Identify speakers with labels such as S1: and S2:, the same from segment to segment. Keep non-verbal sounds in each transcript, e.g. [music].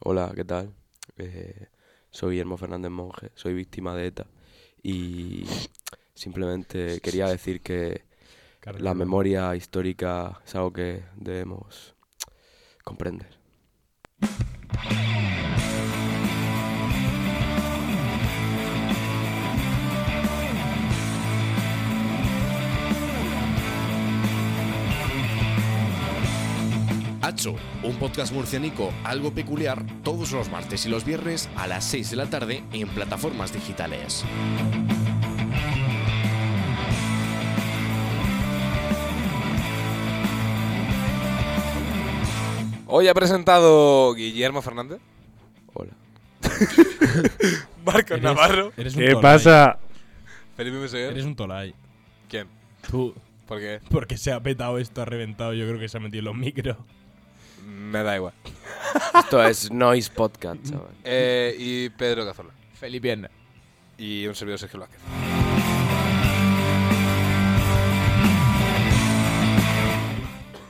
S1: Hola, ¿qué tal? Eh, soy Guillermo Fernández Monge, soy víctima de ETA y simplemente quería decir que la memoria histórica es algo que debemos comprender.
S2: Hacho, un podcast murcianico algo peculiar todos los martes y los viernes a las 6 de la tarde en plataformas digitales.
S3: Hoy ha presentado Guillermo Fernández,
S1: Hola.
S3: Marcos
S4: Eres-
S3: Navarro,
S4: Eres un
S5: ¿Qué
S4: tolai.
S5: pasa?
S3: Felipe Meseguer.
S4: Eres un tolai.
S3: ¿Quién?
S4: Tú,
S3: ¿Por qué?
S4: porque se ha petado esto, ha reventado, yo creo que se ha metido en los micros.
S3: Me da igual.
S1: Esto es Noise Podcast, chaval.
S3: Eh, y Pedro Cazorla.
S6: Feliz viernes.
S3: Y un servidor Sergio Vázquez.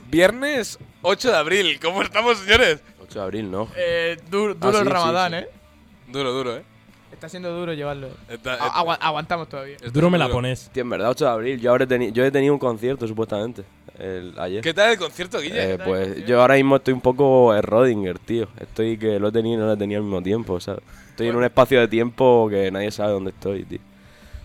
S3: Viernes 8 de abril. ¿Cómo estamos, señores?
S1: 8 de abril, ¿no?
S6: Eh, du- duro
S1: Ah, sí,
S6: el
S1: sí,
S6: ramadán,
S1: sí.
S6: ¿eh?
S3: Duro, duro, ¿eh?
S6: Está siendo duro llevarlo.
S3: Está-
S1: Eh,
S3: eh,
S6: A- agua- aguantamos todavía.
S3: está
S4: Duro me la pones.
S1: Tío, en verdad, 8 de abril. Yo, ahora he teni- yo he tenido un concierto, supuestamente, el- ayer.
S3: ¿Qué tal el concierto, Guille?
S1: Eh,
S6: tal el
S1: pues
S6: concierto?
S1: yo ahora mismo estoy un poco Rodinger, tío. Estoy que lo he tenido y no lo he tenido al mismo tiempo, ¿sabes? Estoy en un espacio de tiempo que nadie sabe dónde estoy, tío.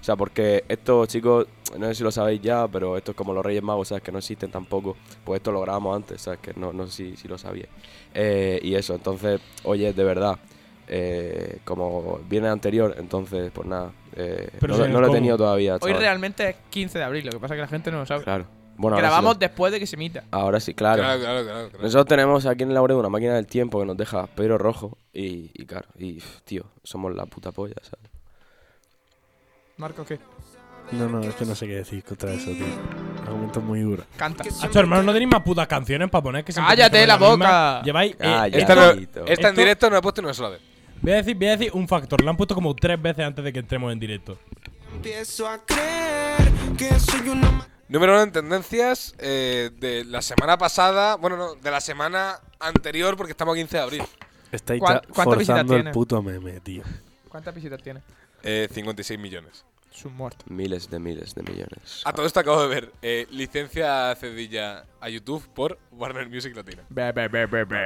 S1: O sea, porque estos chicos, no sé si lo sabéis ya, pero estos como los Reyes Magos, ¿sabes? Que no existen tampoco. Pues esto lo grabamos antes, ¿sabes? Que no, no sé si, si lo sabía. Eh, y eso, entonces, oye, de verdad, eh, como viene anterior, entonces, pues nada. eh,
S4: Pero
S1: no, lo-
S4: sí,
S1: no lo he
S4: ¿cómo?
S1: tenido todavía,
S6: Hoy
S1: chaval.
S6: realmente es 15 de abril, lo que pasa es que la gente no lo sabe.
S1: Claro. Bueno, ahora sí
S6: Grabamos
S1: lo-
S6: después de que se emita.
S1: Ahora sí, claro.
S3: Claro, claro, claro. claro.
S1: Nosotros tenemos aquí en la de una máquina del tiempo que nos deja Pedro Rojo y, y claro, y pf, tío, somos la puta polla, ¿sabes?
S6: Marcos, ¿qué?
S5: No, no, es que no sé qué decir contra eso, tío. Argumento muy duro.
S6: Canta. Ah,
S4: Hacho, hermano, no tenéis más putas canciones para poner que se
S6: ¡Cállate la boca!
S4: Lleváis. eh,
S1: Calla.
S3: Esta,
S4: esto-
S3: no-
S1: Maldito.
S3: esta en
S4: Esto-
S3: directo no he puesto ni una sola vez.
S4: voy, a decir, voy a decir un factor. La han puesto como tres veces antes de que entremos en directo.
S7: Empiezo a creer que soy una ma-
S3: Número uno en tendencias eh, de la semana pasada. Bueno, no, de la semana anterior, porque estamos a 15 de abril.
S5: Estáis
S6: ¿Cuán-
S5: ya
S6: cuántas visitas
S5: forzando el
S6: tiene?
S5: puto meme, tío.
S6: ¿Cuántas visitas tiene?
S3: Eh, 56 millones.
S6: Su muerto.
S1: Miles de miles de millones.
S3: A todo esto acabo de ver. eh, licencia Cedilla a YouTube por Warner Music Latina.
S6: Be, be, be, be, be.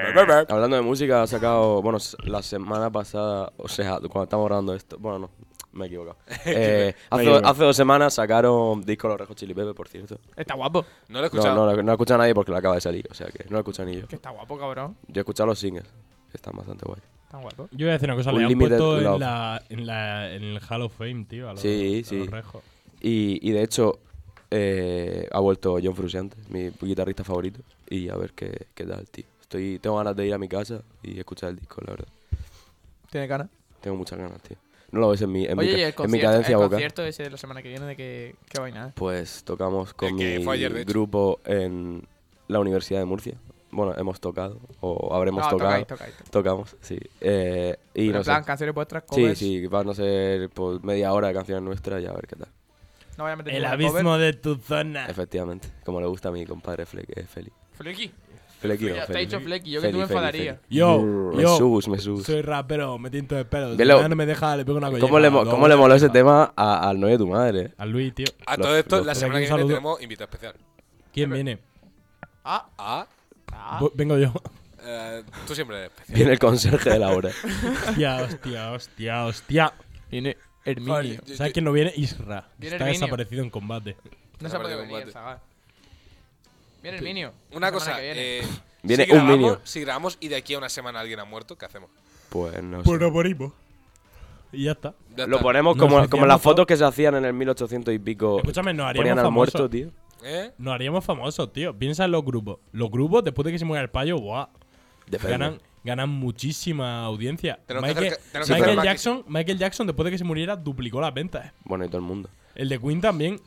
S1: Hablando de música, ha sacado, bueno, s- la semana pasada, o sea, cuando estamos grabando esto, bueno, no, [laughs] me he equivocado. Eh, hace,
S5: equivocado.
S1: hace dos semanas sacaron disco Los Rejos Chili Pepe, por cierto.
S6: Está guapo.
S3: No lo he
S1: No,
S3: escuchado.
S1: no, lo- no lo ha escuchado nadie porque lo acaba de salir, o sea que no lo he escuchado ni yo.
S6: Que está guapo, cabrón.
S1: Yo he escuchado los singles, que están bastante guay.
S6: Está guapo.
S4: Yo voy a decir una cosa.
S1: Un
S4: Le han
S1: limited
S4: puesto
S1: love.
S4: en, la, en, la, en el Hall of Fame, tío. A los,
S1: Sí,
S4: a los
S1: sí.
S4: rejos.
S1: Y, y de hecho, eh, ha vuelto John Frusciante, mi guitarrista favorito. Y a ver qué, qué tal, tío. Estoy, tengo ganas de ir a mi casa y escuchar el disco, la verdad.
S6: Tiene ganas.
S1: Tengo muchas ganas, tío. No lo ves en mi, en mi
S6: Oye,
S1: ca-
S6: y
S1: en
S6: el
S1: mi
S6: concierto,
S1: cadencia
S6: el
S1: vocal.
S6: concierto ese de la semana que viene de que, que vaina.
S1: Pues tocamos con
S3: El que
S1: mi
S3: fue ayer, de hecho.
S1: grupo en la Universidad de Murcia. Bueno, hemos tocado, o habremos
S6: No,
S1: tocado.
S6: Ah, tocáis, tocáis. tocáis.
S1: Tocamos, sí. Eh, y
S6: Pero
S1: no
S6: en
S1: sé.
S6: plan, canciones vuestras,
S1: Sí,
S6: covers.
S1: sí, van a ser pues, media hora de canciones nuestras y a ver qué tal.
S6: No voy a meter
S4: El
S6: ninguna cover.
S4: abismo de tu zona.
S1: Efectivamente, como le gusta a mi compadre Fleck, eh, Feli.
S6: Flecky.
S1: Flecky, no,
S6: Ya te he
S1: Feli.
S6: dicho Flecky, yo que
S1: Feli,
S6: tú me
S1: Feli,
S6: enfadaría.
S1: Feli.
S4: Yo,
S1: Me
S4: yo.
S1: subes, me subes.
S4: Soy rapero, me tinto de pelos.
S1: Velo.
S4: Si no me deja, le pego una colleja.
S1: ¿Cómo le, mo-
S4: Lo
S1: cómo
S4: voy
S1: le
S4: a
S1: moló ese
S4: dejar.
S1: tema a- al novio de tu madre?
S4: A Luis, tío.
S3: A
S1: Lo-
S3: todo esto,
S1: lo-
S3: la semana que
S4: Aquí un saludo.
S3: viene tenemos invitado especial.
S4: ¿Quién viene?
S6: Ah,
S3: A.
S6: ah.
S4: Vo- Vengo yo. [laughs]
S3: eh, tú siempre eres especial.
S1: Viene el conserje de la hora.
S4: Hostia, hostia, hostia, hostia.
S6: Viene
S3: Joder,
S6: Herminio.
S3: yo-
S4: ¿Sabes
S3: yo-
S4: quién no viene? Isra.
S6: Viene
S4: Está
S6: Herminio.
S4: desaparecido en combate.
S6: No se ha podido
S3: Aparte de
S6: venir,
S3: combate.
S6: Zagal. Viene Herminio.
S3: Una
S6: la semana
S3: cosa.
S6: que viene.
S3: eh,
S1: Viene
S3: si
S1: un
S3: grabamos-
S1: niño.
S3: Si grabamos y de aquí a una semana alguien ha muerto, ¿qué hacemos?
S1: Pues no sé.
S4: Pues lo ponimos. Y ya está.
S3: Ya
S1: Lo
S3: está.
S1: ponemos
S4: Nos
S1: como, como
S4: hacíamos
S1: las
S4: todo.
S1: fotos que se hacían en el 1800 y pico.
S4: Escúchame, nos haríamos
S1: Ponían al
S4: famosos.
S1: muerto, tío.
S3: ¿Eh?
S4: Nos haríamos famosos, tío. Piensa en los grupos. Los grupos, después de que se muera el payo, buah.
S1: Depende.
S4: Ganan, ganan muchísima audiencia.
S3: Tenemos que
S4: Michael,
S3: hacer ca- tenemos
S1: que
S4: Michael
S3: hacer ma-
S4: Jackson, Michael Jackson, después de que se muriera, duplicó las ventas.
S1: Bueno, y todo el mundo.
S4: El de Queen también.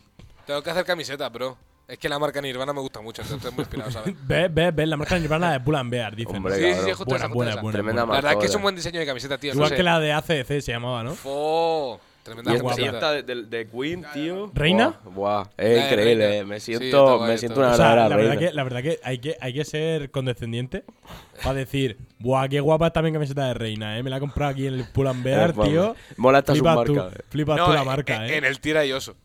S3: Tengo que hacer camisetas, bro. Es que la marca Nirvana me gusta mucho, entonces estoy muy inspirado, ¿sabes?
S4: Ves, ves, ves. La marca nirvana de Bull and Bear, dicen.
S1: Hombre,
S3: Sí, sí, sí,
S1: cabrón.
S3: justo
S4: buena,
S3: esa, justo
S4: buena,
S3: esa.
S4: buena,
S1: Tremenda
S4: buena.
S3: La verdad es que es
S1: Ahora.
S3: un buen diseño de camiseta, tío. no
S4: Igual
S3: sé.
S4: que la de ACC se llamaba, ¿no?
S3: Fo. Tremenda
S1: Y esta,
S3: guapa.
S1: y esta de, de- de Queen, tío.
S4: ¿Reina?
S1: Buah, buah, es
S3: La de
S1: increíble.
S3: reina.
S1: eh. Me
S3: Sí, está
S1: siento,
S3: guay,
S1: me
S3: está
S1: siento
S3: guay.
S1: una
S4: O sea,
S1: verdadera
S4: la verdad
S1: reina.
S4: que, la verdad que hay que, hay que ser condescendiente para decir, buah, qué guapa está mi camiseta de reina, eh. Me la he comprado aquí en el Pull and Bear,
S1: Eh, vamos.
S4: tío.
S1: Mola esta
S4: flipas tú,
S1: submarca, eh.
S4: flipas
S3: No,
S4: tú la
S3: en-
S4: marca,
S3: en,
S4: eh.
S3: en el tira y oso.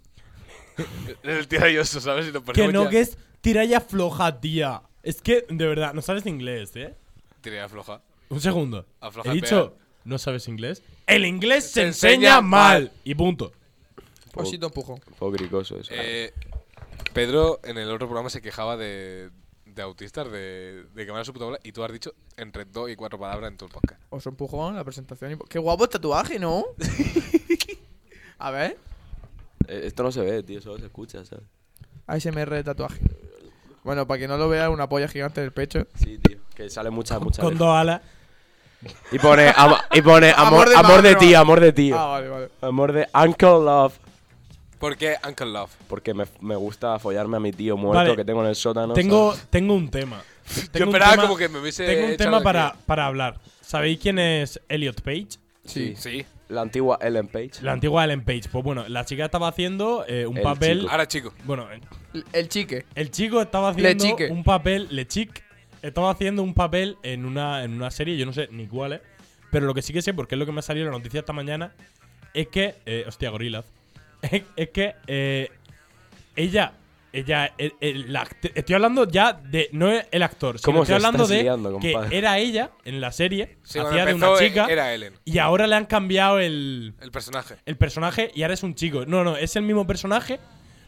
S3: en el tira y oso, ¿sabes? Si nos
S4: que
S3: ponemos
S4: no,
S3: ya-
S4: que es tiralla floja, tía. Es que, de verdad, no sabes inglés, eh.
S3: Tira y floja.
S4: Un segundo.
S3: Afloja
S4: He
S3: el
S4: dicho,
S3: pedal.
S4: ¿no sabes inglés? El inglés se,
S3: Se
S4: enseña,
S3: enseña
S4: mal.
S3: mal.
S4: Y punto.
S6: Osito empujón.
S1: Un poco cricoso eso.
S3: Eh, Pedro en el otro programa se quejaba de, de autistas, de, de quemar a su puta bola, y tú has dicho entre dos y cuatro palabras en tu podcast.
S6: Oso empujón, la presentación. y- Qué guapo el
S1: [laughs]
S6: tatuaje, ¿no? A ver.
S1: Eh, Esto no se ve, tío, solo se escucha, ¿sabes?
S6: ASMR de tatuaje. Bueno, para que no lo vea, una polla gigante en el pecho.
S1: Sí, tío. Que sale mucha, mucha.
S4: Con
S1: leche.
S4: dos alas.
S1: Y pone, ama- y pone amor,
S6: Amor de
S1: amor de
S6: madre,
S1: tío, amor de tío.
S6: Ah, vale, vale.
S1: Amor de Uncle Love.
S3: ¿Por qué Uncle Love?
S1: Porque me, me gusta follarme a mi tío muerto
S4: Vale.
S1: que tengo en el sótano.
S4: Tengo, tengo un
S3: [laughs]
S4: tema. Tengo un
S3: esperaba
S4: tema-
S3: como que me hubiese
S4: Tengo un
S3: echado
S4: tema
S3: aquí.
S4: para, para hablar. ¿Sabéis quién es Elliot Page?
S1: Sí.
S3: Sí.
S1: ¿sabes? La antigua Ellen Page.
S4: La antigua Ellen Page. Pues bueno, la chica estaba haciendo eh, un
S1: El
S4: papel.
S1: chico.
S3: Ahora, chico.
S4: Bueno,
S6: El- El chique.
S4: el chico estaba
S6: Le
S4: haciendo
S6: chique.
S4: un papel. Le chic. Estaba haciendo un papel en una, en una serie, yo no sé ni cuál es. Pero lo que sí que sé, porque es lo que me ha salido en la noticia esta mañana, es que. eh, hostia, gorilas. [laughs] Es, es que eh, ella. Ella, el- el- la actri- estoy hablando ya de. No el actor, sino
S1: ¿Cómo
S4: estoy
S1: se
S4: hablando
S1: estás
S4: de.
S1: liando,
S4: que
S1: compadre?
S4: era ella en la serie.
S3: Sí, cuando
S4: hacía de una
S3: empezó, eh,
S4: chica.
S3: Era Ellen,
S4: Y ahora le han cambiado el,
S3: el personaje.
S4: el personaje y ahora es un chico. No, no, es el mismo personaje.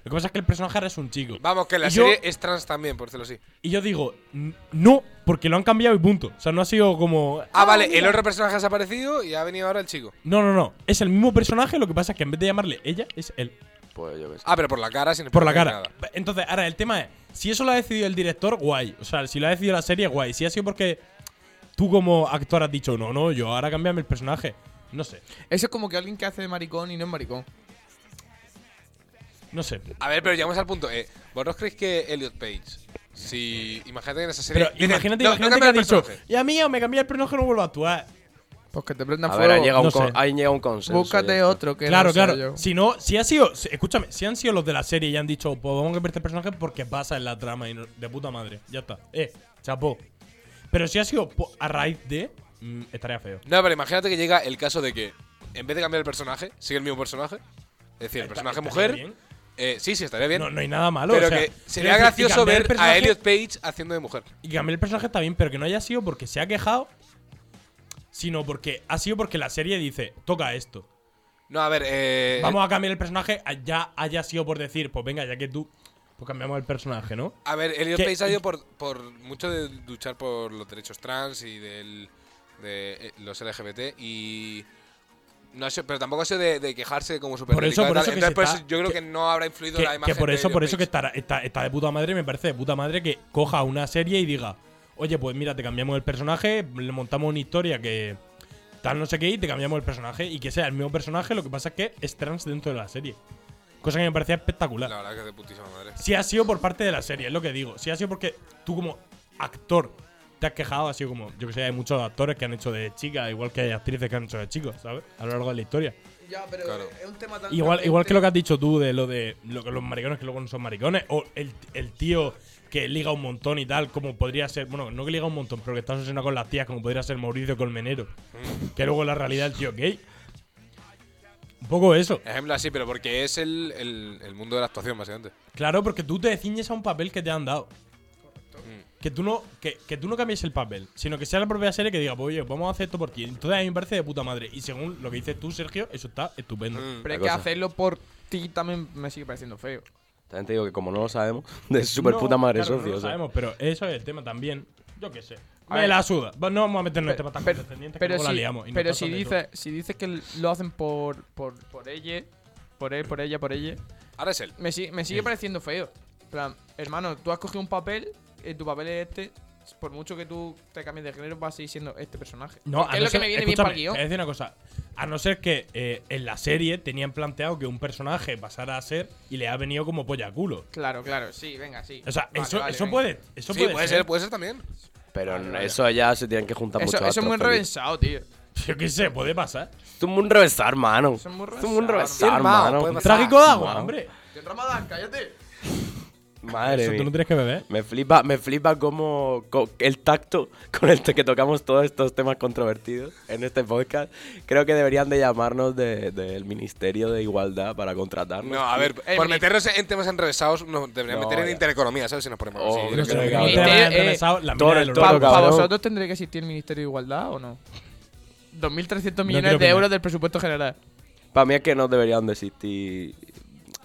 S4: Lo que pasa es que el personaje ahora es un chico.
S3: Vamos, que la
S4: Y yo-
S3: serie es trans también, por decirlo así.
S4: Y yo digo, "N- no, porque lo han cambiado y punto. O sea, no ha sido como.
S3: Ah, vale,
S4: mira".
S3: el otro personaje ha desaparecido y ha venido ahora el chico.
S4: No, no, no. Es el mismo personaje, lo que pasa es que en vez de llamarle ella, es él.
S1: Pues yo qué sé.
S3: Ah, pero por la cara, sin
S4: Por la
S3: explicar
S4: cara.
S3: nada.
S4: Entonces, ahora el tema es: si eso lo ha decidido el director, guay. O sea, si lo ha decidido la serie, guay. Si ha sido porque tú como actor has dicho, no, no, yo ahora cambiame el personaje. No sé,
S6: Eso es como que alguien que hace de maricón y no es maricón.
S4: no sé.
S3: A ver, pero llegamos al punto. Eh, ¿Vosotros creéis que Elliot Page, si. Imagínate que en esa serie.
S4: Pero
S3: dicen,
S4: imagínate,
S3: "No, no
S4: imagínate que
S3: cambia
S4: ha
S3: el
S4: dicho,
S3: personaje".
S4: y a mí o me cambia el personaje no vuelvo a actuar.
S6: Pues que te prendan
S1: A
S6: fuego.
S1: ver, ahí llega,
S4: No
S1: un con-
S4: sé.
S1: ahí llega un consenso. ya
S6: Búscate
S1: está.
S6: otro que
S4: Claro,
S6: no sea
S4: claro.
S6: yo.
S4: Si no, si ha sido. si- escúchame, si han sido los de la serie y han dicho, pues vamos a cambiar este personaje porque pasa en la trama y no- de puta madre. Ya está. Eh, chapó. Pero si ha sido po- a raíz de. mm, estaría feo.
S3: No, pero imagínate que llega el caso de que, en vez de cambiar el personaje, sigue el mismo personaje. Es decir, el personaje
S4: estaría
S3: mujer.
S4: bien.
S3: eh, sí, sí, estaría bien.
S4: No, no hay nada malo.
S3: pero
S4: o sea,
S3: que
S4: quiero
S3: sería
S4: decir, y
S3: gracioso
S4: cambiar el
S3: ver a
S4: personaje-
S3: Elliot Page haciendo de mujer.
S4: Y cambiar el personaje está bien, pero que no haya sido porque se ha quejado. Sino porque ha sido porque la serie dice, toca esto.
S3: No, a ver, eh.
S4: Vamos a cambiar el personaje, a- ya haya sido por decir, pues venga, ya que tú. Pues cambiamos el personaje, ¿no?
S3: A ver, Elliot
S4: Que-
S3: Page ha ido por, por mucho de luchar por los derechos trans y del, de eh, los LGBT y... No ha sido- pero tampoco ha sido de, de quejarse como super
S4: Por eso- por eso que
S3: Entonces,
S4: se
S3: por
S4: está-
S3: eso yo creo que,
S4: que-
S3: no habrá influido
S4: que,
S3: la
S4: que
S3: imagen
S4: por
S3: de
S4: eso,
S3: Elliot
S4: por eso que
S3: Page.
S4: estará- está, está de puta madre, me parece de puta madre que coja una serie y diga, oye, pues mira, te cambiamos el personaje, le montamos una historia que tal no sé qué y te cambiamos el personaje y que sea el mismo personaje, lo que pasa es que es trans dentro de la serie. Cosa que me parecía espectacular.
S3: La verdad que es de putísima madre.
S4: Si ha sido por parte de la serie, es lo que digo. Si ha sido porque tú como actor te has quejado, ha sido como, yo que sé, hay muchos actores que han hecho de chicas, igual que hay actrices que han hecho de chicos, ¿sabes? A lo largo de la historia.
S6: Ya, pero
S3: Claro.
S6: es un tema tan.
S4: Igual, igual que lo que has dicho tú de lo de lo que los maricones que luego no son maricones, o el, el tío que liga un montón y tal, como podría ser, bueno, no que liga un montón, pero que está obsesionado con las tías, como podría ser Mauricio Colmenero, que luego en la realidad el tío es gay. Un poco eso.
S3: Ejemplo así, pero porque es el, el, el mundo de la actuación, básicamente.
S4: Claro, porque tú te ciñes a un papel que te han dado. Que tú, no, que, que tú no cambies el papel, sino que sea la propia serie que diga, pues oye, vamos a hacer esto por ti. Entonces a mí me parece de puta madre. Y según lo que dices tú, Sergio, eso está estupendo.
S3: Mm.
S6: Pero es
S1: La
S6: que
S1: cosa.
S6: hacerlo por ti también me sigue pareciendo feo.
S1: También te digo que como no lo sabemos, [laughs] de super
S4: No,
S1: puta madre
S4: claro,
S1: socio.
S4: No lo
S1: o sea.
S4: sabemos, pero eso es el tema también. Yo qué sé.
S6: A
S4: Me
S6: ver.
S4: la suda. Va, No vamos a meternos en
S6: Pe-
S4: temas tan
S6: pe-
S4: condescendientes que
S6: pero
S4: luego la
S6: si-
S4: liamos. y nos
S6: pero
S4: pasan
S6: si
S4: de
S6: dices si dices que lo hacen por, por, por ella, por él, por ella, por ella,
S3: Ahora es él.
S6: me, si- me sigue
S4: Sí.
S6: pareciendo feo. En plan, hermano, tú has cogido un papel, eh, tu papel es este, por mucho que tú te cambies de género, vas a seguir siendo este personaje.
S4: todo. No,
S6: Porque
S4: a
S6: es
S4: no
S6: lo que
S4: ser-
S6: me viene bien para el
S4: escúchame,
S6: guión.
S4: te voy a decir una cosa. A no ser que eh, en la serie tenían planteado que un personaje pasara a ser y le ha venido como polla a culo.
S6: Claro, claro, sí, venga, sí.
S4: O sea,
S6: Vale,
S4: eso,
S6: vale,
S4: eso
S6: venga.
S4: puede. Eso
S3: Sí,
S4: puede,
S3: puede ser, puede ser también.
S1: Pero eso ya se tienen que juntar
S6: Eso,
S1: muchos
S6: eso es muy
S1: astros, Felipe.
S6: revensado, tío.
S4: Yo qué sé, puede pasar.
S1: Esto es un revesar, mano.
S6: Es un
S1: Esto es un
S6: revesar,
S1: revesar,
S3: hermano,
S1: mano.
S3: puede
S1: Un
S3: pasar.
S1: trágico de agua, hombre.
S4: hombre.
S6: ¡Que Ramadán, cállate!
S1: Madre
S4: Eso tú no
S1: mía.
S4: tienes que beber.
S1: Me flipa, me flipa como el tacto con el que tocamos todos estos temas controvertidos en este podcast. Creo que deberían de llamarnos de- del Ministerio de Igualdad para contratarnos.
S3: No, a ver,
S6: Eh,
S3: por
S6: mini-
S3: meternos en temas enrevesados, nos deberían
S1: No,
S3: meter en
S1: ya.
S3: intereconomía, ¿sabes? Si nos ponemos
S1: Oh,
S3: así.
S1: no
S3: yo
S1: sé,
S3: creo que-
S4: No
S1: cabrón.
S4: te habrá
S6: Eh, eh,
S4: interesado la
S1: todo
S4: mina de
S1: el
S4: los
S1: toro,
S4: dos.
S6: ¿Para
S1: cabrón.
S6: vosotros tendría que existir el Ministerio de Igualdad o no? 2.300 millones
S4: quiero
S6: de
S4: opinar.
S6: euros del presupuesto general.
S1: Para mí es que no deberían de existir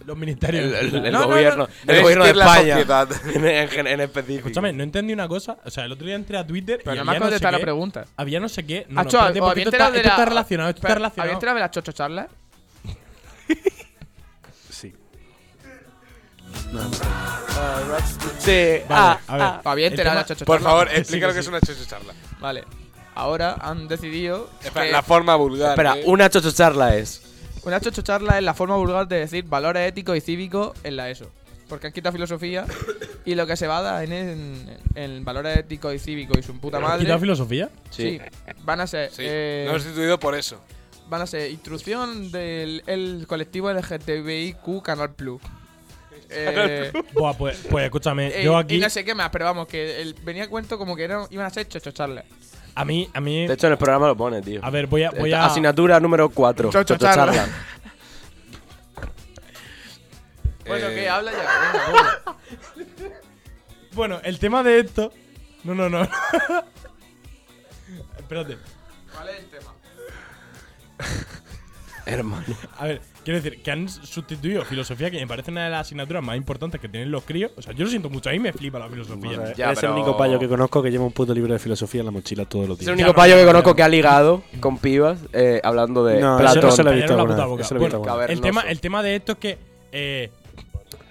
S4: Los
S1: el,
S4: ministerios.
S1: el- el
S4: No, no,
S1: gobierno, el
S3: Debe
S1: gobierno de
S3: existir la
S1: España
S3: sociedad.
S1: [laughs] en, en- en específico.
S4: Escúchame, no entendí una cosa. O sea, el otro día entré a Twitter
S6: Pero
S4: y
S6: no me
S4: había
S6: has
S4: no sé
S6: contestado la
S4: qué-
S6: pregunta.
S4: Había no sé qué. No,
S6: Hacho,
S4: no, espérate,
S6: Ah, ¿os
S4: porque
S6: habéis
S4: esto
S6: enterado
S4: está,
S6: de
S4: esto
S6: la-
S4: está relacionado, esto
S6: pero-
S4: está relacionado.
S6: ¿Habéis enterado de las chocho charlas?
S5: Sí.
S1: Sí,
S6: Ah,
S4: Vale, a ver.
S6: ¿Os habéis
S4: el
S6: enterado de las
S4: tema-
S6: chocho
S3: Por
S6: charlas?
S3: favor,
S4: Sí,
S3: explica
S4: sí,
S3: lo que es
S4: sí.
S3: una charla.
S6: Vale. Ahora han decidido que
S3: La forma vulgar.
S1: Espera,
S3: ¿eh?
S1: una chochocharla es.
S6: una chocho charla es la forma vulgar de decir valores éticos y cívicos en la ESO. Porque han quitado filosofía y lo que se va a dar en, en, en valores éticos y cívicos y su puta
S4: ¿Has quitado
S6: madre.
S4: filosofía?
S6: Sí. Van a ser.
S3: Sí,
S6: eh,
S3: lo hemos sustituido por eso.
S6: Van a ser instrucción del el colectivo LGTBIQ Canal
S3: [laughs]
S6: Plus. Eh,
S4: Buah, pues, pues escúchame,
S6: eh,
S4: yo aquí.
S6: Y no sé qué más, pero vamos, que el, venía a cuento como que eran, iban a ser chocho charlas.
S4: A mí, a mí.
S1: De hecho, en el programa lo pones, tío.
S4: A ver, voy a. Voy a
S1: Asignatura número 4.
S6: Chochocharla. Bueno,
S3: Eh,
S6: que habla ya. venga, vamos.
S4: Bueno, el tema de esto. No, no, no. [laughs] Espérate.
S6: ¿Cuál es el tema?
S1: Hermano.
S4: A ver, quiero decir que han sustituido filosofía, que me parece una de las asignaturas más importantes que tienen los críos. O sea, yo lo siento mucho, a mí me flipa la filosofía.
S5: Vamos a ver,
S1: Ya,
S5: es
S1: pero-
S5: el único payo que conozco que lleva un puto libro de filosofía en la mochila todos los
S1: Es el
S5: días.
S1: único payo que conozco que ha ligado con pibas eh, hablando de
S5: No, eso
S1: Platón.
S5: no se lo he
S4: Pero
S5: visto
S4: no la
S5: alguna
S4: puta
S5: vez,
S4: boca.
S5: eso lo he visto
S4: Bueno,
S5: alguna vez.
S4: el,
S1: Cavernoso.
S4: tema, el tema de esto es que eh,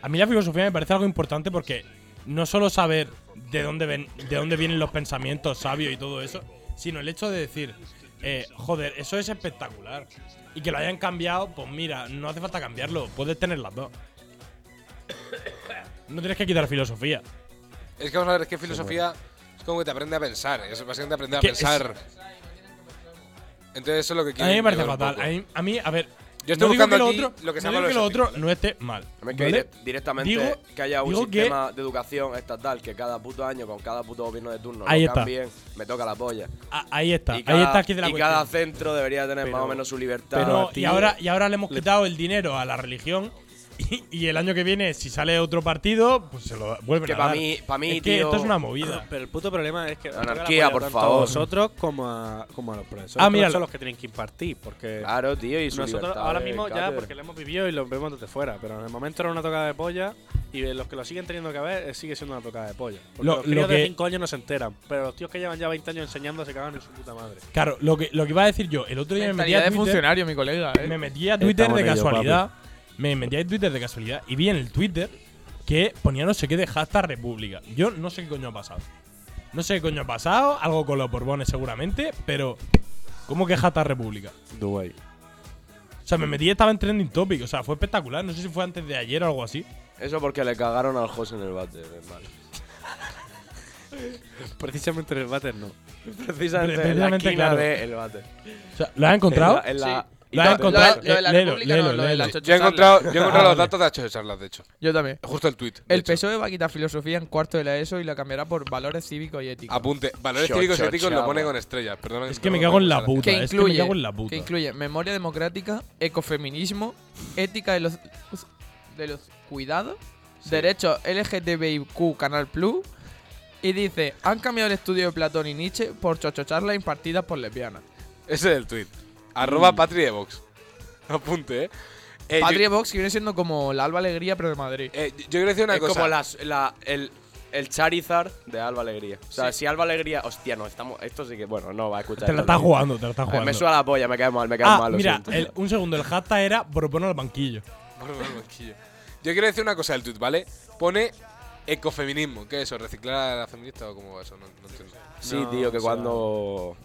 S4: a mí la filosofía me parece algo importante porque no solo saber de dónde, ven, de dónde vienen los pensamientos sabios y todo eso, sino el hecho de decir, eh, joder, eso es espectacular. Y que lo hayan cambiado, pues mira, no hace falta cambiarlo, puedes tener las dos. No tienes que quitar filosofía.
S3: Es que vamos a ver, es que filosofía es como que te aprende a pensar. Es básicamente aprender a
S4: Que es-
S3: pensar. Entonces eso es lo que
S4: A
S3: quiero.
S4: mí me parece
S3: llegar un
S4: fatal.
S3: poco.
S4: A mí, a mí, a ver.
S3: Yo estoy
S4: no digo
S3: buscando
S4: que
S3: aquí
S4: lo otro,
S3: lo que se
S4: no
S3: llama
S4: digo que
S3: lo
S4: lo otro no esté mal.
S1: A mí es que
S4: ¿vale?
S1: dire- directamente
S4: Digo-
S1: que haya un
S4: digo que-
S1: sistema de educación estatal que cada puto año con cada puto gobierno de turno
S4: Ahí
S1: lo
S4: está.
S1: cambien, me toca la polla.
S4: Ah, ahí está.
S1: y cada,
S4: ahí está aquí de la
S1: y
S4: cuestión.
S1: cada centro debería tener más o menos su libertad.
S4: Pero, y,
S5: tío,
S4: ahora, y ahora le hemos quitado el dinero a la religión. Y, y el año que viene, si sale otro partido, pues se lo vuelven
S1: Que
S4: a
S1: pa'
S4: dar.
S1: mí- pa' mí,
S4: es que
S1: tío-
S4: esto es una movida.
S5: Pero el puto problema es que
S1: La anarquía, por
S5: tanto
S1: favor.
S5: a vosotros como a, como a los profesores.
S4: Ah,
S5: Todos
S4: míralo.
S5: son los que tienen que impartir, porque
S1: Claro, tío, Ah, y su
S5: nosotros
S1: libertad
S5: ahora
S1: de
S5: mismo ya,
S1: cátedra.
S5: porque lo hemos vivido y lo vemos desde fuera, pero en el momento era una tocada de polla y de los que lo siguen teniendo que ver eh, sigue siendo una tocada de polla. Porque
S4: Lo-
S5: los críos
S4: lo que-
S5: de 5 años no se enteran, pero los tíos que llevan ya 20 años enseñando se cagan en su puta madre.
S4: Claro, lo que, lo que iba a decir yo, el otro día me metí
S6: Mentalidad
S4: a
S6: de
S4: Twitter,
S6: funcionario, mi colega. ¿eh?
S4: me metí a Twitter
S5: Estamos
S4: de
S5: en ello,
S4: casualidad. Me metí a Twitter de casualidad y vi en el Twitter que ponía no sé qué de hashtag república. Yo no sé qué coño ha pasado. No sé qué coño ha pasado, algo con los borbones seguramente, pero ¿cómo que hashtag república?
S5: Dubai.
S4: O sea, me metí y estaba en trending topic, o sea, fue espectacular, no sé si fue antes de ayer o algo así.
S1: Eso porque le cagaron al José en el bate, hermano.
S5: Precisamente en el váter no.
S1: Precisamente, en la
S4: Precisamente,
S1: esquina
S4: claro.
S1: de el bate.
S4: O sea, ¿lo has encontrado?
S1: En la- en la-
S4: ¿Lo has
S1: Lo-
S4: encontrado?
S6: lo de la
S4: Eh, léelo,
S6: República
S4: léelo,
S6: no, lo de la
S4: léelo.
S6: chocho
S3: Yo he
S6: charla.
S3: encontrado,
S4: [laughs]
S3: yo he encontrado
S4: Ah,
S3: los
S4: vale.
S3: datos de Acho Charlas, de hecho.
S6: Yo también.
S3: Justo el tweet.
S6: El PSOE va a quitar filosofía en cuarto de la ESO y la cambiará por valores cívicos y éticos.
S3: Apunte. Valores
S1: Cho,
S3: cívicos y
S1: cho,
S3: éticos lo
S1: chava.
S3: pone con estrellas. Perdón,
S4: Es que me
S3: perdón,
S4: cago en la
S3: perdón.
S4: puta.
S6: que
S4: Es que me
S6: incluye,
S4: cago en la puta.
S6: que incluye memoria democrática, ecofeminismo, ética de los, de los cuidados, derechos LGTBIQ Canal Plus. Y dice, han cambiado el estudio de Platón y Nietzsche por chochocharlas impartidas por lesbianas.
S4: Eh,
S3: Ese es el tweet. Arroba
S4: Mm.
S3: Patrievox. [laughs] Apunte, eh. Eh, yo-
S6: Patria Vox que viene siendo como la Alba Alegría, pero de Madrid.
S3: eh, yo, quiero decir una
S1: es
S3: cosa.
S1: como las- la- el, el Charizard de Alba Alegría. O sea, si Alba Alegría. Hostia, no, estamos. Esto sí que. Bueno, no va a escuchar.
S4: Te la
S1: esto,
S4: estás
S1: tío.
S4: jugando, te la estás
S1: Eh,
S4: jugando.
S1: Me suena la polla, me cae mal, me cae
S4: ah,
S1: mal. lo
S4: mira,
S1: siento.
S4: el- un segundo, el hashtag era proponer al banquillo.
S3: Por favor, banquillo. Yo quiero decir una cosa del tweet, ¿vale? Pone ecofeminismo. ¿Qué es eso? ¿Reciclar a la feminista o cómo va eso? No, no entiendo.
S1: Sí,
S5: No,
S1: tío, que
S5: o sea-
S1: cuando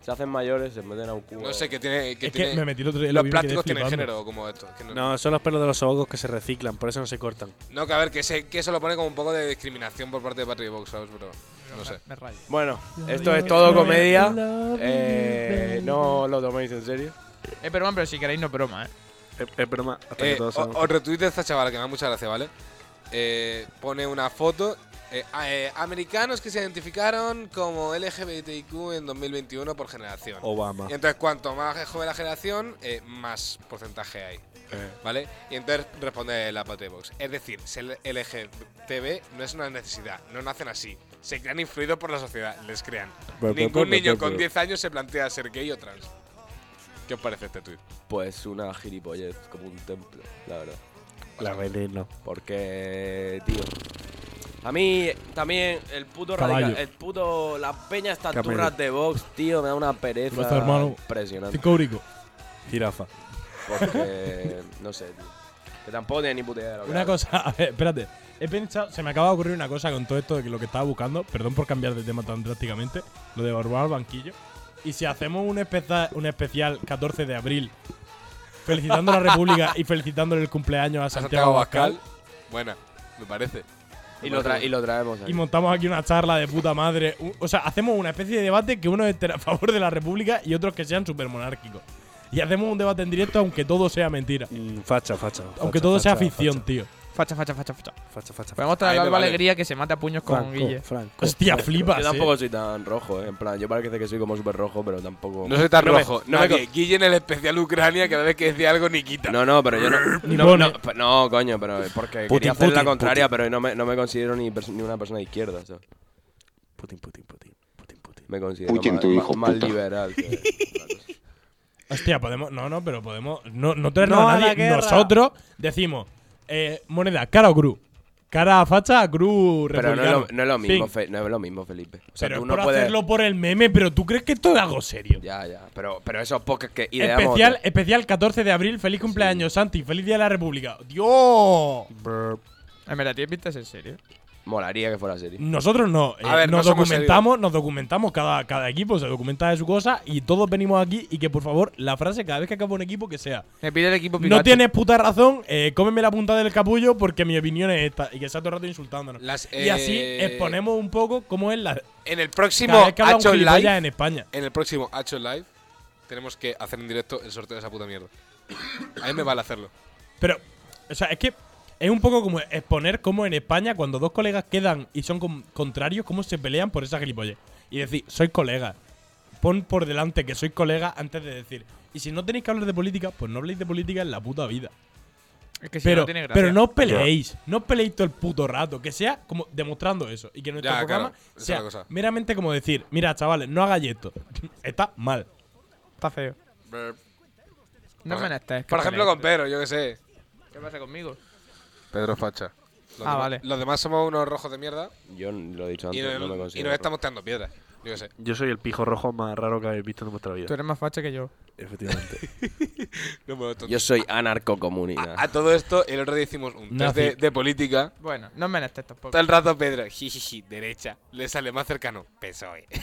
S1: se hacen mayores se meten a un cubo.
S3: No sé qué tiene. qué
S4: Es
S3: tiene-
S4: que me metí el otro día. y lo
S3: Los
S4: vi y me quedé
S3: plásticos tienen
S4: flipando.
S3: género como esto. es que no, no.
S5: No, son los pelos de los sobacos que se reciclan, por eso no se cortan.
S3: que a ver, que, se, que eso lo pone como un poco de discriminación por parte de Patrick Box, ¿sabes? Pero no sé.
S6: Me rayo.
S1: Bueno, esto es todo comedia. Eh, no lo toméis en serio.
S6: Es broma, pero si queréis no es broma, ¿eh?
S5: Es, es broma. Hasta que
S3: Eh,
S5: todos
S3: o-
S5: sean-
S3: os retuite esta chavala que me da mucha gracia, ¿vale? Eh, pone una foto. eh, a- eh, americanos que se identificaron como LGBTIQ en 2021 por generación.
S5: Obama.
S1: Ah.
S3: Y entonces, cuanto más es joven la generación, eh, más porcentaje hay. ¿Vale? Y entonces responde la Patriot Box. Es decir, ser LGTB no es una necesidad, no nacen así. Se crean influidos por la sociedad, les crean. Ningún niño con 10 años se plantea ser gay o trans. ¿Qué os parece este tuit?
S1: Pues una gilipollez, como un templo, la verdad.
S5: La veneno.
S1: Porque, tío. A mí también el puto
S4: Caballo.
S1: radical, el puto las peñas estas
S5: Camello.
S1: turras de box, tío, me da una pereza
S4: Gracias, hermano.
S1: impresionante.
S4: Cinco euricos.
S5: Jirafa.
S1: Porque no sé, tío. Que tampoco tiene ni puta idea de lo que
S4: Una
S1: hablo.
S4: cosa, [laughs] a ver, espérate. He pensado, se me acaba de ocurrir una cosa con todo esto de que lo que estaba buscando. Perdón por cambiar de tema tan drásticamente. Lo de borbar al banquillo. Y si hacemos un, espeza- un especial 14 de abril felicitando a la República y felicitándole el cumpleaños a
S3: A
S4: Santiago Abascal.
S3: Buena, me parece.
S1: Y lo, tra- y lo traemos aquí.
S4: Y montamos aquí una charla de puta madre. U- O sea, hacemos una especie de debate que uno esté a favor de la [laughs] República y otros que sean supermonárquicos. Y hacemos un debate en directo aunque todo sea mentira.
S5: Mm, facha, facha.
S4: Aunque
S5: facha,
S4: todo sea
S5: facha,
S4: ficción,
S5: facha,
S4: tío.
S6: Facha, facha, facha, facha.
S5: Facha, facha.
S6: Podemos
S3: Ahí
S6: traer
S3: me
S6: a Alba
S3: vale.
S6: Alegría que se mate a puños con
S5: Franco,
S6: Guille.
S5: Franco.
S4: Hostia,
S5: [laughs]
S4: flipas.
S1: Yo
S4: eh.
S1: tampoco soy tan rojo, eh. En plan, yo parece que soy como súper rojo, pero tampoco.
S3: No soy tan
S1: me-
S3: rojo.
S1: no me
S3: nadie. Guille en el especial Ucrania, cada vez que decía algo, ni quita.
S1: No, no, pero yo no.
S4: Ni
S1: No, no,
S4: pone.
S1: pe- no, coño, pero porque
S5: Putin,
S1: quería hacer la
S5: Putin,
S1: contraria, pero no me, no me considero ni, pers- ni una persona de izquierda, o sea,
S5: Putin, Putin, Putin. Putin, Putin.
S1: Me considero
S8: Putin,
S1: más,
S8: tu
S1: más-
S8: hijo
S1: más
S8: puta.
S1: liberal. que-
S4: Hostia, podemos. No, no, pero podemos. No, no traernos
S5: No
S4: a
S5: a la
S4: nadie.
S5: guerra.
S4: Nosotros decimos eh, moneda, cara o cruz. Cara a facha, a cruz
S1: pero no es,
S4: republicano.
S1: lo, no es lo mismo,
S4: Fin.
S1: Fe- no es lo mismo, Felipe. O sea,
S4: pero
S1: tú
S4: es
S1: no
S4: por
S1: puedes.
S4: hacerlo por el meme, pero tú crees que esto es algo serio.
S1: Ya, ya. Pero, pero esos podcasts que ideamos.
S4: Especial,
S1: tío.
S4: especial 14 de abril, feliz cumpleaños, Santi, feliz día de la República. ¡Dios!
S6: En verdad, Eh, ¿tienes pintas en serio?
S1: Molaría que fuera serio.
S4: Nosotros no, eh,
S3: A ver, no
S4: nos
S3: somos
S4: documentamos, nos documentamos, cada, cada equipo se documenta de su cosa y todos venimos aquí y que por favor la frase cada vez que acaba un equipo que sea
S6: Me pide el equipo Pikachu.
S4: No tienes puta razón, eh, cómeme la punta del capullo porque mi opinión es esta. Y que sea todo el rato insultándonos.
S3: Las,
S4: y así
S3: eh,
S4: exponemos un poco cómo es la.
S3: En el
S4: Cada
S3: próximo
S4: vez que habla un
S3: Hacho
S4: gilipollas
S3: Live.
S4: en España.
S3: En el próximo Hacho Live tenemos que hacer en directo el sorteo de esa puta mierda. A mí me vale hacerlo.
S4: Pero, o sea, es que es un poco como exponer cómo en España, cuando dos colegas quedan y son con- contrarios, cómo se pelean por esa gilipollas. Y decir, sois colegas. Pon por delante que sois colegas antes de decir. Y si no tenéis que hablar de política, pues no habléis de política en la puta vida.
S6: Es que si
S4: pero,
S6: no
S4: no
S6: tiene gracia.
S4: pero no os peleéis, no os peleéis todo el puto rato, que sea como demostrando eso y que nuestro
S3: Ya,
S4: programa
S3: claro, esa es la
S4: sea
S3: cosa.
S4: meramente como decir, mira chavales, no hagáis esto, [laughs] está mal.
S6: Está feo. No
S3: Por-
S6: me estés.
S3: Por ejemplo, con Pedro, yo que sé.
S6: ¿Qué pasa conmigo?
S3: Pedro Facha.
S6: Ah, vale.
S3: Los demás somos unos rojos de mierda
S1: Yo n- lo he dicho
S3: y,
S1: antes,
S3: nos-
S1: no me
S3: y
S1: considero.
S3: nos estamos tirando piedras. Yo que sé.
S5: Yo soy el pijo rojo más raro que habéis visto en vuestra
S6: Tú
S5: vida.
S6: eres más facha que yo.
S5: Efectivamente.
S3: No me gusta.
S1: Yo soy
S3: a,
S1: anarcocomunista.
S3: a todo esto, el otro día hicimos un test
S4: Nazi.
S3: de, de política.
S6: Bueno, no me estés tampoco.
S3: Todo el rato Pedro, jijiji, derecha. Le sale más cercano, PSOE.
S1: ¿Eh?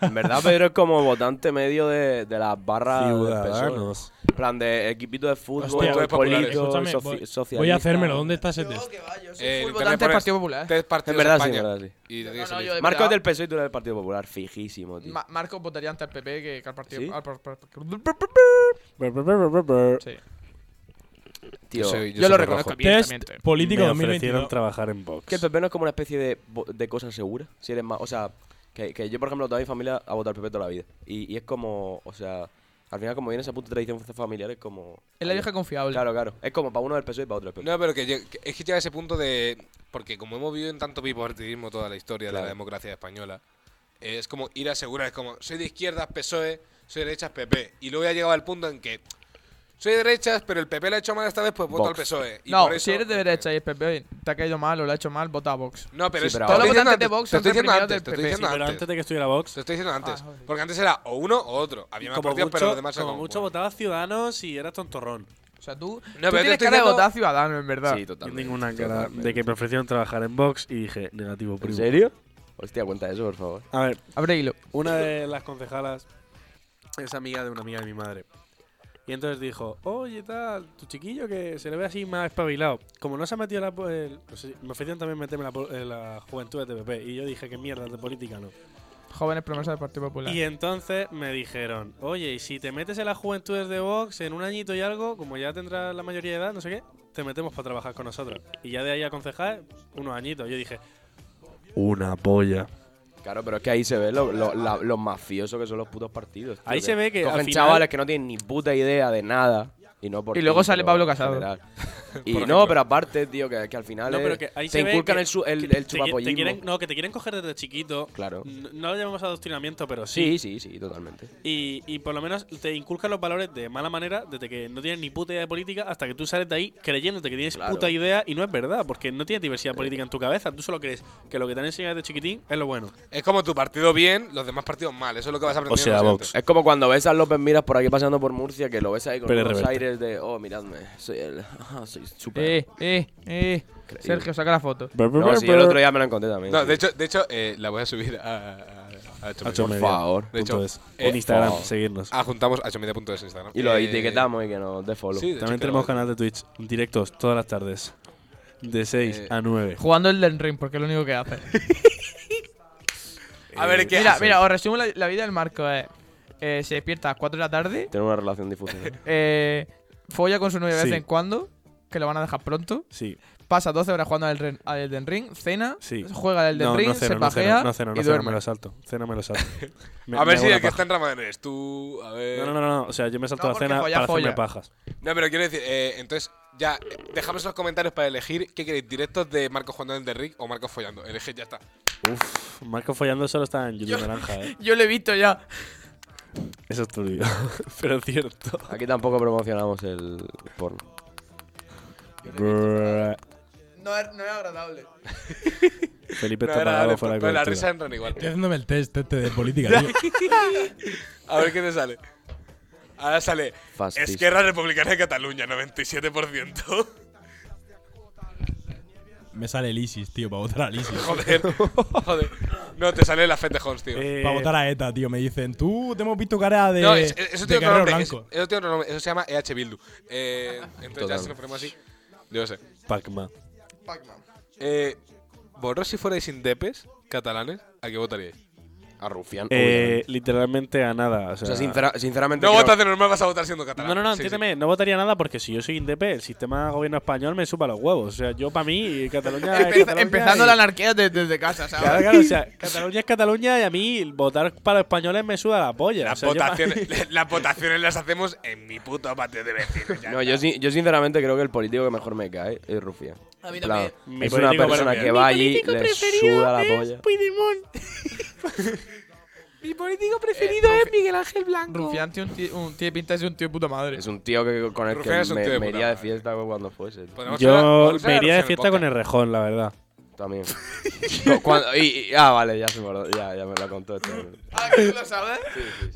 S1: En verdad, Pedro es como votante medio de, de las barras de
S5: Ciudadanos.
S1: En plan, de equipito de fútbol,
S4: Hostia,
S3: voy pa' populares.
S1: político,
S4: Escúchame,
S1: soci-
S4: voy-
S1: socialista.
S4: Voy a hacérmelo, ¿dónde está ese test?
S3: Eh, te
S6: full votante del
S3: pones
S6: Partido Popular, ¿eh?
S3: Test partidos
S1: En verdad, sí,
S3: España.
S1: en verdad,
S3: Y te
S6: No,
S3: tienes
S6: no,
S3: que
S6: yo
S3: salir.
S6: de-
S1: Marco es del PSOE y tú eres del Partido Popular, fijísimo, tío.
S6: Ma- Marcos votaría ante el PP que, que al partido.
S1: ¿Sí?
S6: al par- par- par- Sí.
S1: Tío,
S3: soy-
S6: Yo lo
S3: soy
S6: reconozco
S3: rojo.
S6: bien.
S4: Test
S6: Directamente.
S4: político
S5: Me ofrecieron
S4: 2022.
S5: trabajar en Vox.
S1: Que el PP no es como una especie de, bo- de cosa segura. Si eres más. O sea, que, que yo, por ejemplo, toda mi familia ha votado al PP toda la vida. Y, y es como. O sea, al final, como viene esa puta tradición familiar, es como.
S6: Es la vieja confiable.
S1: Claro, claro. Es como para uno del PSOE y para otro del PP.
S3: No, pero que, lle- que- es que llega ese punto de. Porque como hemos vivido en tanto bipartidismo toda la historia de
S1: Claro.
S3: la democracia española, eh, es como ir a asegurar, es como soy de izquierdas PSOE, E, soy de derechas PP. Y luego ya llegaba el punto en que soy de derechas, pero el PP lo ha hecho mal esta vez, pues voto
S1: Vox.
S3: al PsoE. Y
S6: No,
S3: por eso- eh,
S6: si eres de derecha y el PP te ha caído mal o lo ha hecho mal, vota a Vox.
S3: No, pero
S1: Sí,
S3: es-
S1: pero
S3: te
S1: ahora-
S3: estoy
S6: Todos los
S3: diciendo
S6: votantes de
S3: antes,
S6: Vox
S3: te
S6: son
S3: estoy diciendo
S6: reprimidos
S3: antes,
S6: del
S3: te estoy
S6: PP.
S5: Sí,
S3: diciendo
S5: pero
S3: antes.
S5: antes de que estuviera
S3: Te
S5: Vox,
S3: estoy diciendo antes.
S6: Ah, joder.
S3: Porque antes era o uno o otro. Había más
S5: como
S3: partidos, pero los
S5: mucho,
S3: demás era
S5: como
S3: como,
S5: mucho
S3: bueno.
S5: votaba Ciudadanos y era tontorrón.
S6: O sea, tú,
S3: pero te
S6: tú tienes
S3: estoy
S6: cara de
S3: diciendo-
S6: votar ciudadano, en verdad.
S1: Sí, totalmente.
S5: Ninguna cara
S1: totalmente.
S5: de que me ofrecieron trabajar en Vox y dije, negativo
S1: ¿En
S5: primo.
S1: serio? Hostia, cuenta eso, por favor.
S5: A ver,
S6: Abre hilo.
S5: una de las concejalas es amiga de una amiga de mi madre. Y entonces dijo, oye, tal, tu chiquillo que se le ve así más espabilado. Como no se ha metido la... po- el- no sé, me ofrecieron también meterme en la, po- en la juventud de TPP. Y yo dije, que mierda, de política no.
S6: Jóvenes promesas del Partido Popular.
S5: Y entonces me dijeron, oye, y si te metes en las juventudes de Vox en un añito y algo, como ya tendrás la mayoría de edad, no sé qué, te metemos para trabajar con nosotros. Y ya de ahí a aconsejar, unos añitos. Yo dije, una polla.
S1: Claro, pero es que ahí se ve lo- lo- la- los mafiosos que son los putos partidos. tío,
S5: Ahí se ve que al
S1: Cogen
S5: final-
S1: chavales que no tienen ni puta idea de nada. Y, no por
S6: Y luego
S1: ti,
S6: sale
S1: pero
S6: Pablo
S1: en
S5: [laughs]
S6: Casado.
S1: general. Y no, pero aparte, tío, que, que al final
S5: No,
S1: es-
S5: pero que ahí
S1: te
S5: se ve
S1: inculcan
S5: que-
S1: el, su- el,
S5: que
S1: el
S5: te qui- te
S1: chupapollismo.
S5: quieren- no, que te quieren coger desde chiquito.
S1: Claro.
S5: N- No lo llamamos adoctrinamiento, pero sí.
S1: Sí, sí, sí, totalmente.
S5: Y, y por lo menos te inculcan los valores de mala manera desde que no tienes ni puta idea de política hasta que tú sales de ahí creyéndote que tienes
S1: Claro.
S5: puta idea y no es verdad, porque no tienes diversidad política en tu cabeza. Tú solo crees que lo que te han enseñado desde chiquitín es lo bueno.
S3: Es como tu partido bien, los demás partidos mal. Eso es lo que vas aprendiendo.
S5: sea,
S3: siempre.
S5: Vox.
S1: Es como cuando ves a López Miras por aquí pasando por Murcia, que lo ves ahí con
S5: Pérez
S1: los
S5: Reverte.
S1: aires de, oh, miradme, soy el. [laughs] ah, soy súper.
S6: Eh, eh, eh. Sergio, saca la foto.
S1: No, sí, el otro día me lo encontré también.
S3: No,
S1: sí.
S3: de hecho, de hecho eh, la voy a subir a, a, a Chomedia.
S1: Por favor.
S3: De hecho,
S5: Entonces,
S3: eh, ah,
S5: en Instagram,
S1: por-
S5: seguirnos.
S3: ajuntamos a chomedia.es en Instagram.
S1: Y lo
S3: Eh,
S1: etiquetamos y que nos dé follow.
S3: sí, de hecho,
S5: También
S3: que
S5: tenemos
S3: lo-
S5: canal de Twitch, directos todas las tardes, de 6
S3: Eh,
S5: a 9.
S6: Jugando el Den Ring, porque es lo único que hace.
S3: A
S5: Eh,
S3: ver, ¿qué
S6: Mira,
S3: haces?
S6: mira, os resumo la, la vida del Marco. eh. Eh, se despierta a las 4 de la tarde.
S1: Tiene una relación
S3: [laughs]
S1: difusa. ¿no?
S6: eh, folla con su novia de
S5: Sí.
S6: vez en cuando, que lo van a dejar pronto.
S5: Sí,
S6: Pasa 12 horas jugando al, Ren- al Elden Ring, cena,
S5: Sí.
S6: juega al Elden
S5: no,
S6: Ring,
S5: no ceno,
S6: se
S5: no
S6: pajea
S5: ceno, no ceno, no
S6: y
S5: ceno,
S6: duerme.
S5: me lo salto. Cena me lo salto. Me-
S3: A ver
S5: me
S3: si
S5: hago
S3: el que eh, está
S5: la paja.
S3: en Ramadán eres tú. A ver.
S5: No, no, no, no, o sea, yo me salto la
S6: No, porque
S5: cena
S6: folla,
S5: para hacerme
S6: folla.
S5: pajas.
S3: No, pero quiero decir, eh, entonces, ya, eh, dejadme en los comentarios para elegir qué queréis, directos de Marcos jugando en The Rick o Marcos follando. Elegid, ya está.
S5: Uf, Marco follando solo está en YouTube Naranja, eh.
S6: Yo lo he visto ya.
S5: Eso [laughs] es turbio, [laughs] pero es cierto.
S1: Aquí tampoco promocionamos el porno.
S5: Brrr.
S6: No es, agradable.
S5: Felipe
S3: No,
S5: está
S3: era
S5: parado
S3: Alex,
S5: fuera de
S3: pero la risa
S5: cobertura.
S3: entran igual.
S4: Estoy haciéndome el test este de política, tío.
S3: A ver qué te sale. Ahora sale
S1: Fascista.
S3: Esquerra Republicana de Cataluña, 97%.
S4: Me sale el ISIS, tío, para votar al ISIS.
S3: [laughs] Joder, joder. No, te sale la fe de Homs, tío.
S5: Eh,
S4: Para votar a ETA, tío. Me dicen, tú te hemos visto cara de.
S3: no, es- es- eso
S4: de
S3: tiene otro
S4: guerrero
S3: nombre. es-
S4: blanco.
S3: eso tiene otro nombre, Eso se llama EH Bildu. Eh, entonces ya si nos ponemos así. Yo sé.
S5: Pac-Man.
S3: Eh, ¿Vosotros si fuerais indepes catalanes, ¿a qué votaríais?
S1: A Rufián.
S5: Eh,
S1: obviamente.
S5: literalmente a nada. O sea,
S1: o sea, sincera- sinceramente.
S3: No
S1: creo-
S3: votas de normal, vas a votar siendo catalán.
S5: No, no, no,
S3: Sí, sí.
S5: entiéndeme, no votaría nada porque si yo soy indepe, el sistema de gobierno español me supa los huevos. O sea, yo para mí, Cataluña es Cataluña
S6: Empezando
S5: y-
S6: la anarquía de- desde casa, ¿sabes?
S5: Claro, claro, o sea, Cataluña es Cataluña y a mí votar para españoles me suda la polla. o
S3: Las
S5: sea, yo pa- [laughs]
S3: votaciones, las votaciones las hacemos en mi puto patio de vecinos. ya
S1: No, yo, sin- yo sinceramente creo que el político que mejor me cae es Rufián.
S6: A mí
S1: En plan,
S6: también.
S5: Mi
S1: Es una
S5: político
S1: persona
S5: preferido.
S1: que va allí, le suda la polla.
S6: Preferido es Miguel Ángel Blanco. Rufián tiene un tío, un tío de pinta de ser un tío de puta madre.
S1: Es un tío que con el que
S3: Rufián es un tío
S1: me,
S3: de
S1: me
S3: puta Pues-
S1: iría de
S3: madre.
S1: fiesta cuando fuese. tío.
S3: Podemos hablar-
S5: Yo
S3: podemos
S5: me
S3: hablar
S5: iría de
S3: en
S5: fiesta con el
S3: podcast.
S5: rejón, la verdad.
S1: También.
S3: [laughs]
S1: Cu- cuando- y, y- ah, vale, ya, se me, acordó, ya, ya me lo contó. este hombre.
S6: Ah, ¿tú lo sabes?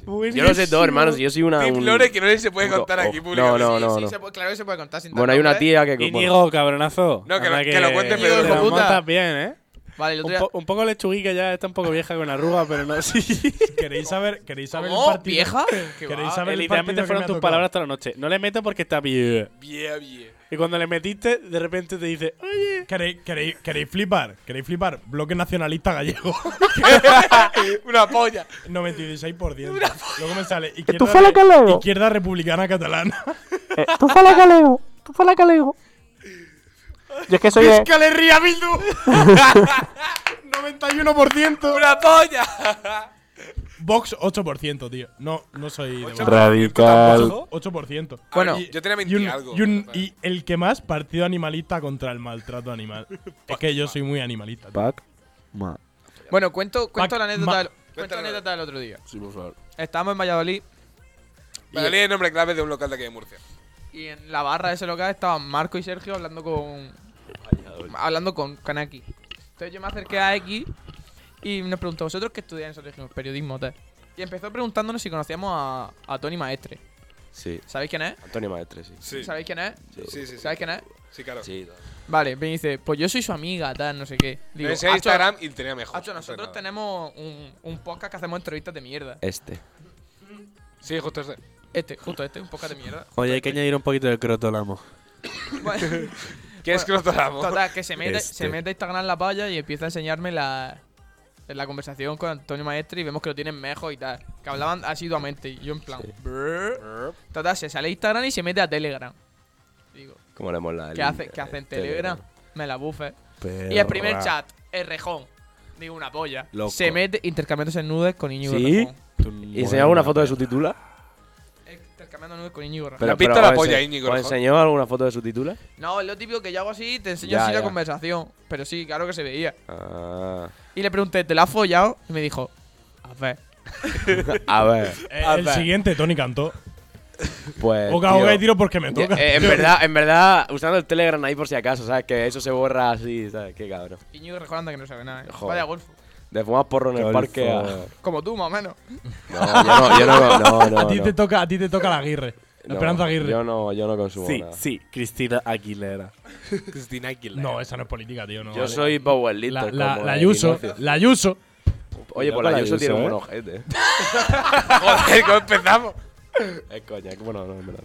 S5: Pues
S1: Yo lo sé todo, hermanos. Yo soy una.
S3: Tip
S1: un-
S3: Lore, que no se puede
S1: puto-
S3: contar aquí
S1: oh,
S3: públicamente.
S1: No, no,
S6: Sí, sí,
S1: no.
S6: se puede- claro que se puede contar sin
S1: Bueno, hay una
S6: tantos
S1: tía que. bueno,
S5: Íñigo, cabronazo.
S3: No, que
S5: Anda
S3: lo- que lo cuente
S5: te
S3: Pedro,
S5: lo
S6: hijo puta.
S5: montas bien, ¿eh?
S6: nombres. Vale, el otro
S5: Un,
S6: día-
S5: po- un poco lechuguica ya, está un poco vieja con arruga, pero no [laughs] Eh, así.
S4: ¿Queréis saber, queréis saber
S6: ¿Cómo?
S4: el partido?
S6: ¿Vieja? ¿Qué va?
S4: ¿Queréis saber el
S5: Literalmente
S4: partido que me
S5: fueron
S4: ha
S5: tus
S4: tocado?
S5: palabras toda la noche. No le meto porque está bien.
S3: Yeah, yeah.
S5: Y cuando le metiste, de repente te dice, oye.
S4: ¿Queréis, queréis, queréis flipar? ¿Queréis flipar? Bloque nacionalista gallego.
S3: Una polla.
S4: 96%. Luego me sale izquierda, izquierda republicana catalana. [laughs]
S3: ¡Escale ría, Bildu! ¡91%! ¡Una polla!
S4: Vox 8%, tío. No, no soy de Vox.
S5: Radical.
S4: 8%.
S6: Bueno,
S3: Ay, yo tenía 20
S4: Y, un-
S3: algo.
S4: y un- y el que más, partido animalista contra el maltrato animal. es que yo soy muy animalista. tío.
S6: Bueno, cuento, cuento
S4: Pac-
S6: la anécdota,
S4: ma-
S6: del, cuento la
S3: Cuéntala.
S6: anécdota del otro día. Estábamos en Valladolid
S3: Vale, lee el nombre clave de un local de aquí de Murcia.
S6: y en la barra de ese local estaban Marco y Sergio hablando con. Hablando con Kanaki. Entonces yo me acerqué a X y nos preguntó, ¿vosotros qué estudiáis? Nosotros dijimos, periodismo, tal. Y empezó preguntándonos si conocíamos a, a Tony Maestre.
S1: Sí,
S6: ¿Sabéis quién es?
S1: Antonio Maestre, sí.
S3: Sí.
S6: ¿Sabéis quién es?
S3: Sí, sí, sí.
S6: ¿Sabéis quién es?
S3: Sí, claro.
S1: Sí,
S6: Vale, me dice, pues yo soy su amiga, tal, no sé qué.
S3: Digo,
S6: Digo,
S3: Pensé
S6: "Acho,
S3: en Instagram y tenía mejor.
S6: acho,
S3: no sé
S6: nosotros
S3: nada.
S6: tenemos un, un podcast que hacemos entrevistas de mierda.
S1: Este.
S3: Sí, justo este.
S6: Este, justo este, un podcast de mierda.
S3: [laughs]
S5: Oye, hay que añadir un poquito de crotolamo.
S6: Bueno,
S3: ¿Qué es que nos tocamos? [laughs]
S6: Total, que se mete,
S5: Este.
S6: se mete a Instagram la palla y empieza a enseñarme la, en la conversación con Antonio Maestre y vemos que lo tienen mejor y tal. Que hablaban asiduamente. Y yo en plan. brr. Tata se sale de Instagram y se mete a Telegram. Digo,
S1: ¿Cómo le mola? el-
S6: ¿qué hace, ¿qué
S1: el
S6: hace en Telegram? Me la bufe.
S1: Pero-
S6: Y el primer chat, el rejón. Digo, una polla.
S1: Eh, Loco.
S6: Se mete intercambiándose nudes con Íñigo
S1: ¿Sí?
S6: Rejón.
S1: ¿Y enseñó alguna foto de su titula?
S6: Intercambiando nudes con Íñigo Rejón.
S1: Pero-
S3: pista
S1: pero,
S3: la
S1: ¿os
S3: polla,
S1: ense-
S3: Íñigo,
S1: ¿os
S3: ¿no?
S1: enseñó alguna foto de su titula?
S6: No, es lo típico que yo hago así, te enseño
S1: Ya,
S6: así la
S1: ya.
S6: conversación. Pero sí, claro que se veía.
S1: Ah,
S6: Y le pregunté, ¿te la has follado? Y me dijo, a ver.
S1: a ver,
S4: Eh,
S1: a
S4: el
S1: ver,
S4: siguiente, Tony Cantó.
S1: pues,
S4: Oca,
S1: tío,
S4: oca y tiro porque me
S1: ya,
S4: toca.
S1: eh, en verdad, en verdad, usando el Telegram ahí por si acaso, ¿sabes? Que eso se borra así, ¿sabes? Qué cabrón.
S6: Íñigo Rejón anda que no sabe nada. ¿eh?
S1: Joder.
S6: Vaya golfo.
S1: De fumar porro en el parque a... No,
S6: Como tú, más o menos.
S1: yo no, yo no, no, no,
S4: [laughs] a, ti
S1: no.
S4: te toca, a ti te toca la Aguirre. La
S1: No,
S4: Esperanza Aguirre.
S1: Yo no, yo no consumo
S5: Sí,
S1: nada.
S5: sí, Cristina Aguilera.
S3: Cristina Aguilera.
S4: No, esa no es política, tío. No,
S1: Yo
S4: vale.
S1: soy Powell Little,
S4: La, la,
S1: como
S4: la
S1: el
S4: Ayuso.
S1: Ignacio.
S4: La Ayuso.
S1: Oye, pues
S5: con
S1: la
S5: la
S1: Ayuso tiene
S5: Ayuso,
S1: un buen
S5: ¿eh?
S1: [laughs] ojete.
S3: Joder, ¿cómo empezamos?
S1: Es coña, que bueno, no, en verdad.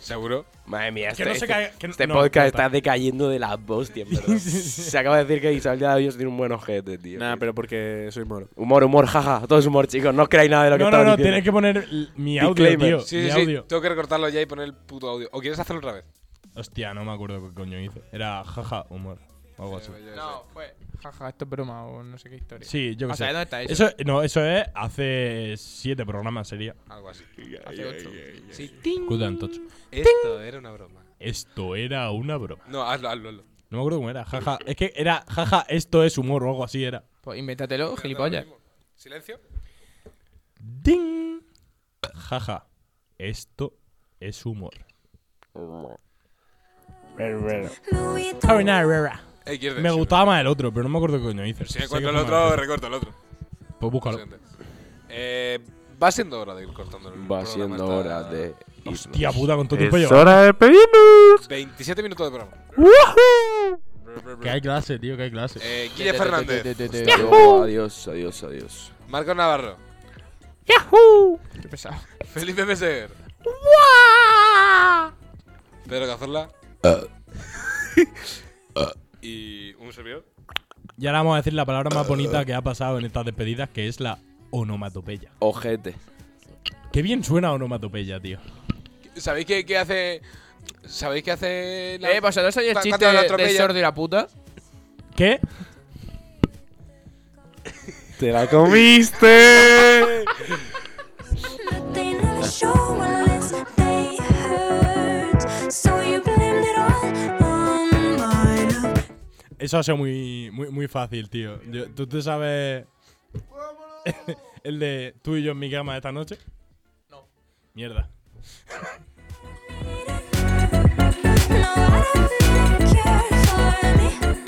S3: ¿Seguro?
S1: Madre mía,
S4: Que
S1: este,
S4: no se
S1: este-
S4: caiga- que no-
S1: este
S4: no,
S1: podcast
S4: corta.
S1: está decayendo de la hostia, en verdad. se acaba de decir que Isabel de la Ayuso tiene un buen ojete, tío.
S5: Nada, pero porque soy moro.
S1: Humor, humor, jaja. Todo es humor, chicos. No os creáis nada de lo que
S4: No, no,
S1: estamos
S4: no,
S1: diciendo.
S4: tienes que poner l- mi audio,
S1: Disclaimer.
S4: tío.
S3: Sí,
S4: mi
S3: sí, sí.
S4: audio.
S3: Tengo que recortarlo ya y poner el puto audio. ¿O quieres hacerlo otra vez?
S4: Hostia, no me acuerdo qué coño hice. Era jaja, humor. O algo
S3: Pues
S4: así.
S6: No, fue. Jaja, esto es broma o no sé qué historia.
S4: Sí, yo qué
S6: O sea,
S4: sé.
S6: ¿dónde está eso?
S4: eso? No, eso es hace siete programas sería.
S3: Algo así.
S6: Hace ocho.
S3: Sí,
S4: Escuta, Antocho.
S3: Esto era una broma.
S4: Esto era una broma.
S3: No, hazlo, hazlo, hazlo.
S4: No me acuerdo cómo era. Jaja. Es que era jaja, esto es humor o algo así era.
S6: Pues invéntatelo, gilipollas.
S3: ¿Silencio?
S4: ¡Ding! Jaja. Esto es humor. Carbonara.
S3: Eh, ¿quieres
S4: Me
S3: decirlo?
S4: gustaba más el otro, pero no me acuerdo qué coño hice.
S3: Si
S4: Sé
S3: encuentro
S4: que fue
S3: el
S4: más
S3: otro,
S4: gracioso.
S3: recorto el otro.
S4: Pues búscalo.
S3: Siguiente. Eh, va siendo hora de ir cortando el
S1: Va
S3: programa
S1: siendo
S3: hasta-
S1: hora de irnos.
S4: Tía puta, con todo tiempo
S1: Es
S4: yo.
S1: hora de pedirnos.
S3: 27 minutos de programa.
S4: Que hay clase, tío, que hay clase.
S3: Eh, Guille Fernández,
S1: Yo, Adiós, adiós, adiós.
S3: Marco Navarro,
S6: Qué pesado.
S3: Felipe Meseguer. Pedro Cazorla. [laughs] y un servidor.
S4: Y ahora vamos a decir la palabra más bonita que ha pasado en estas despedidas, que es la onomatopeya.
S1: Ojete.
S4: Qué bien suena onomatopeya, tío.
S3: ¿Sabéis qué, qué hace? ¿Sabéis qué hace? la-
S6: Eh, vosotros sabéis el
S3: Cu-
S6: chiste
S3: cuando la
S6: de- del
S3: atropella.
S6: sordo y la puta.
S4: ¿Qué?
S1: ¡Te la comiste!
S8: They never show unless they hurt. So you blamed it all on my love.
S4: Eso ha sido muy, muy, muy fácil, tío. Yo- ¿Tú te sabes [laughs] el de tú y yo en mi cama esta noche? No. Mierda.
S8: No, I don't think they care for me.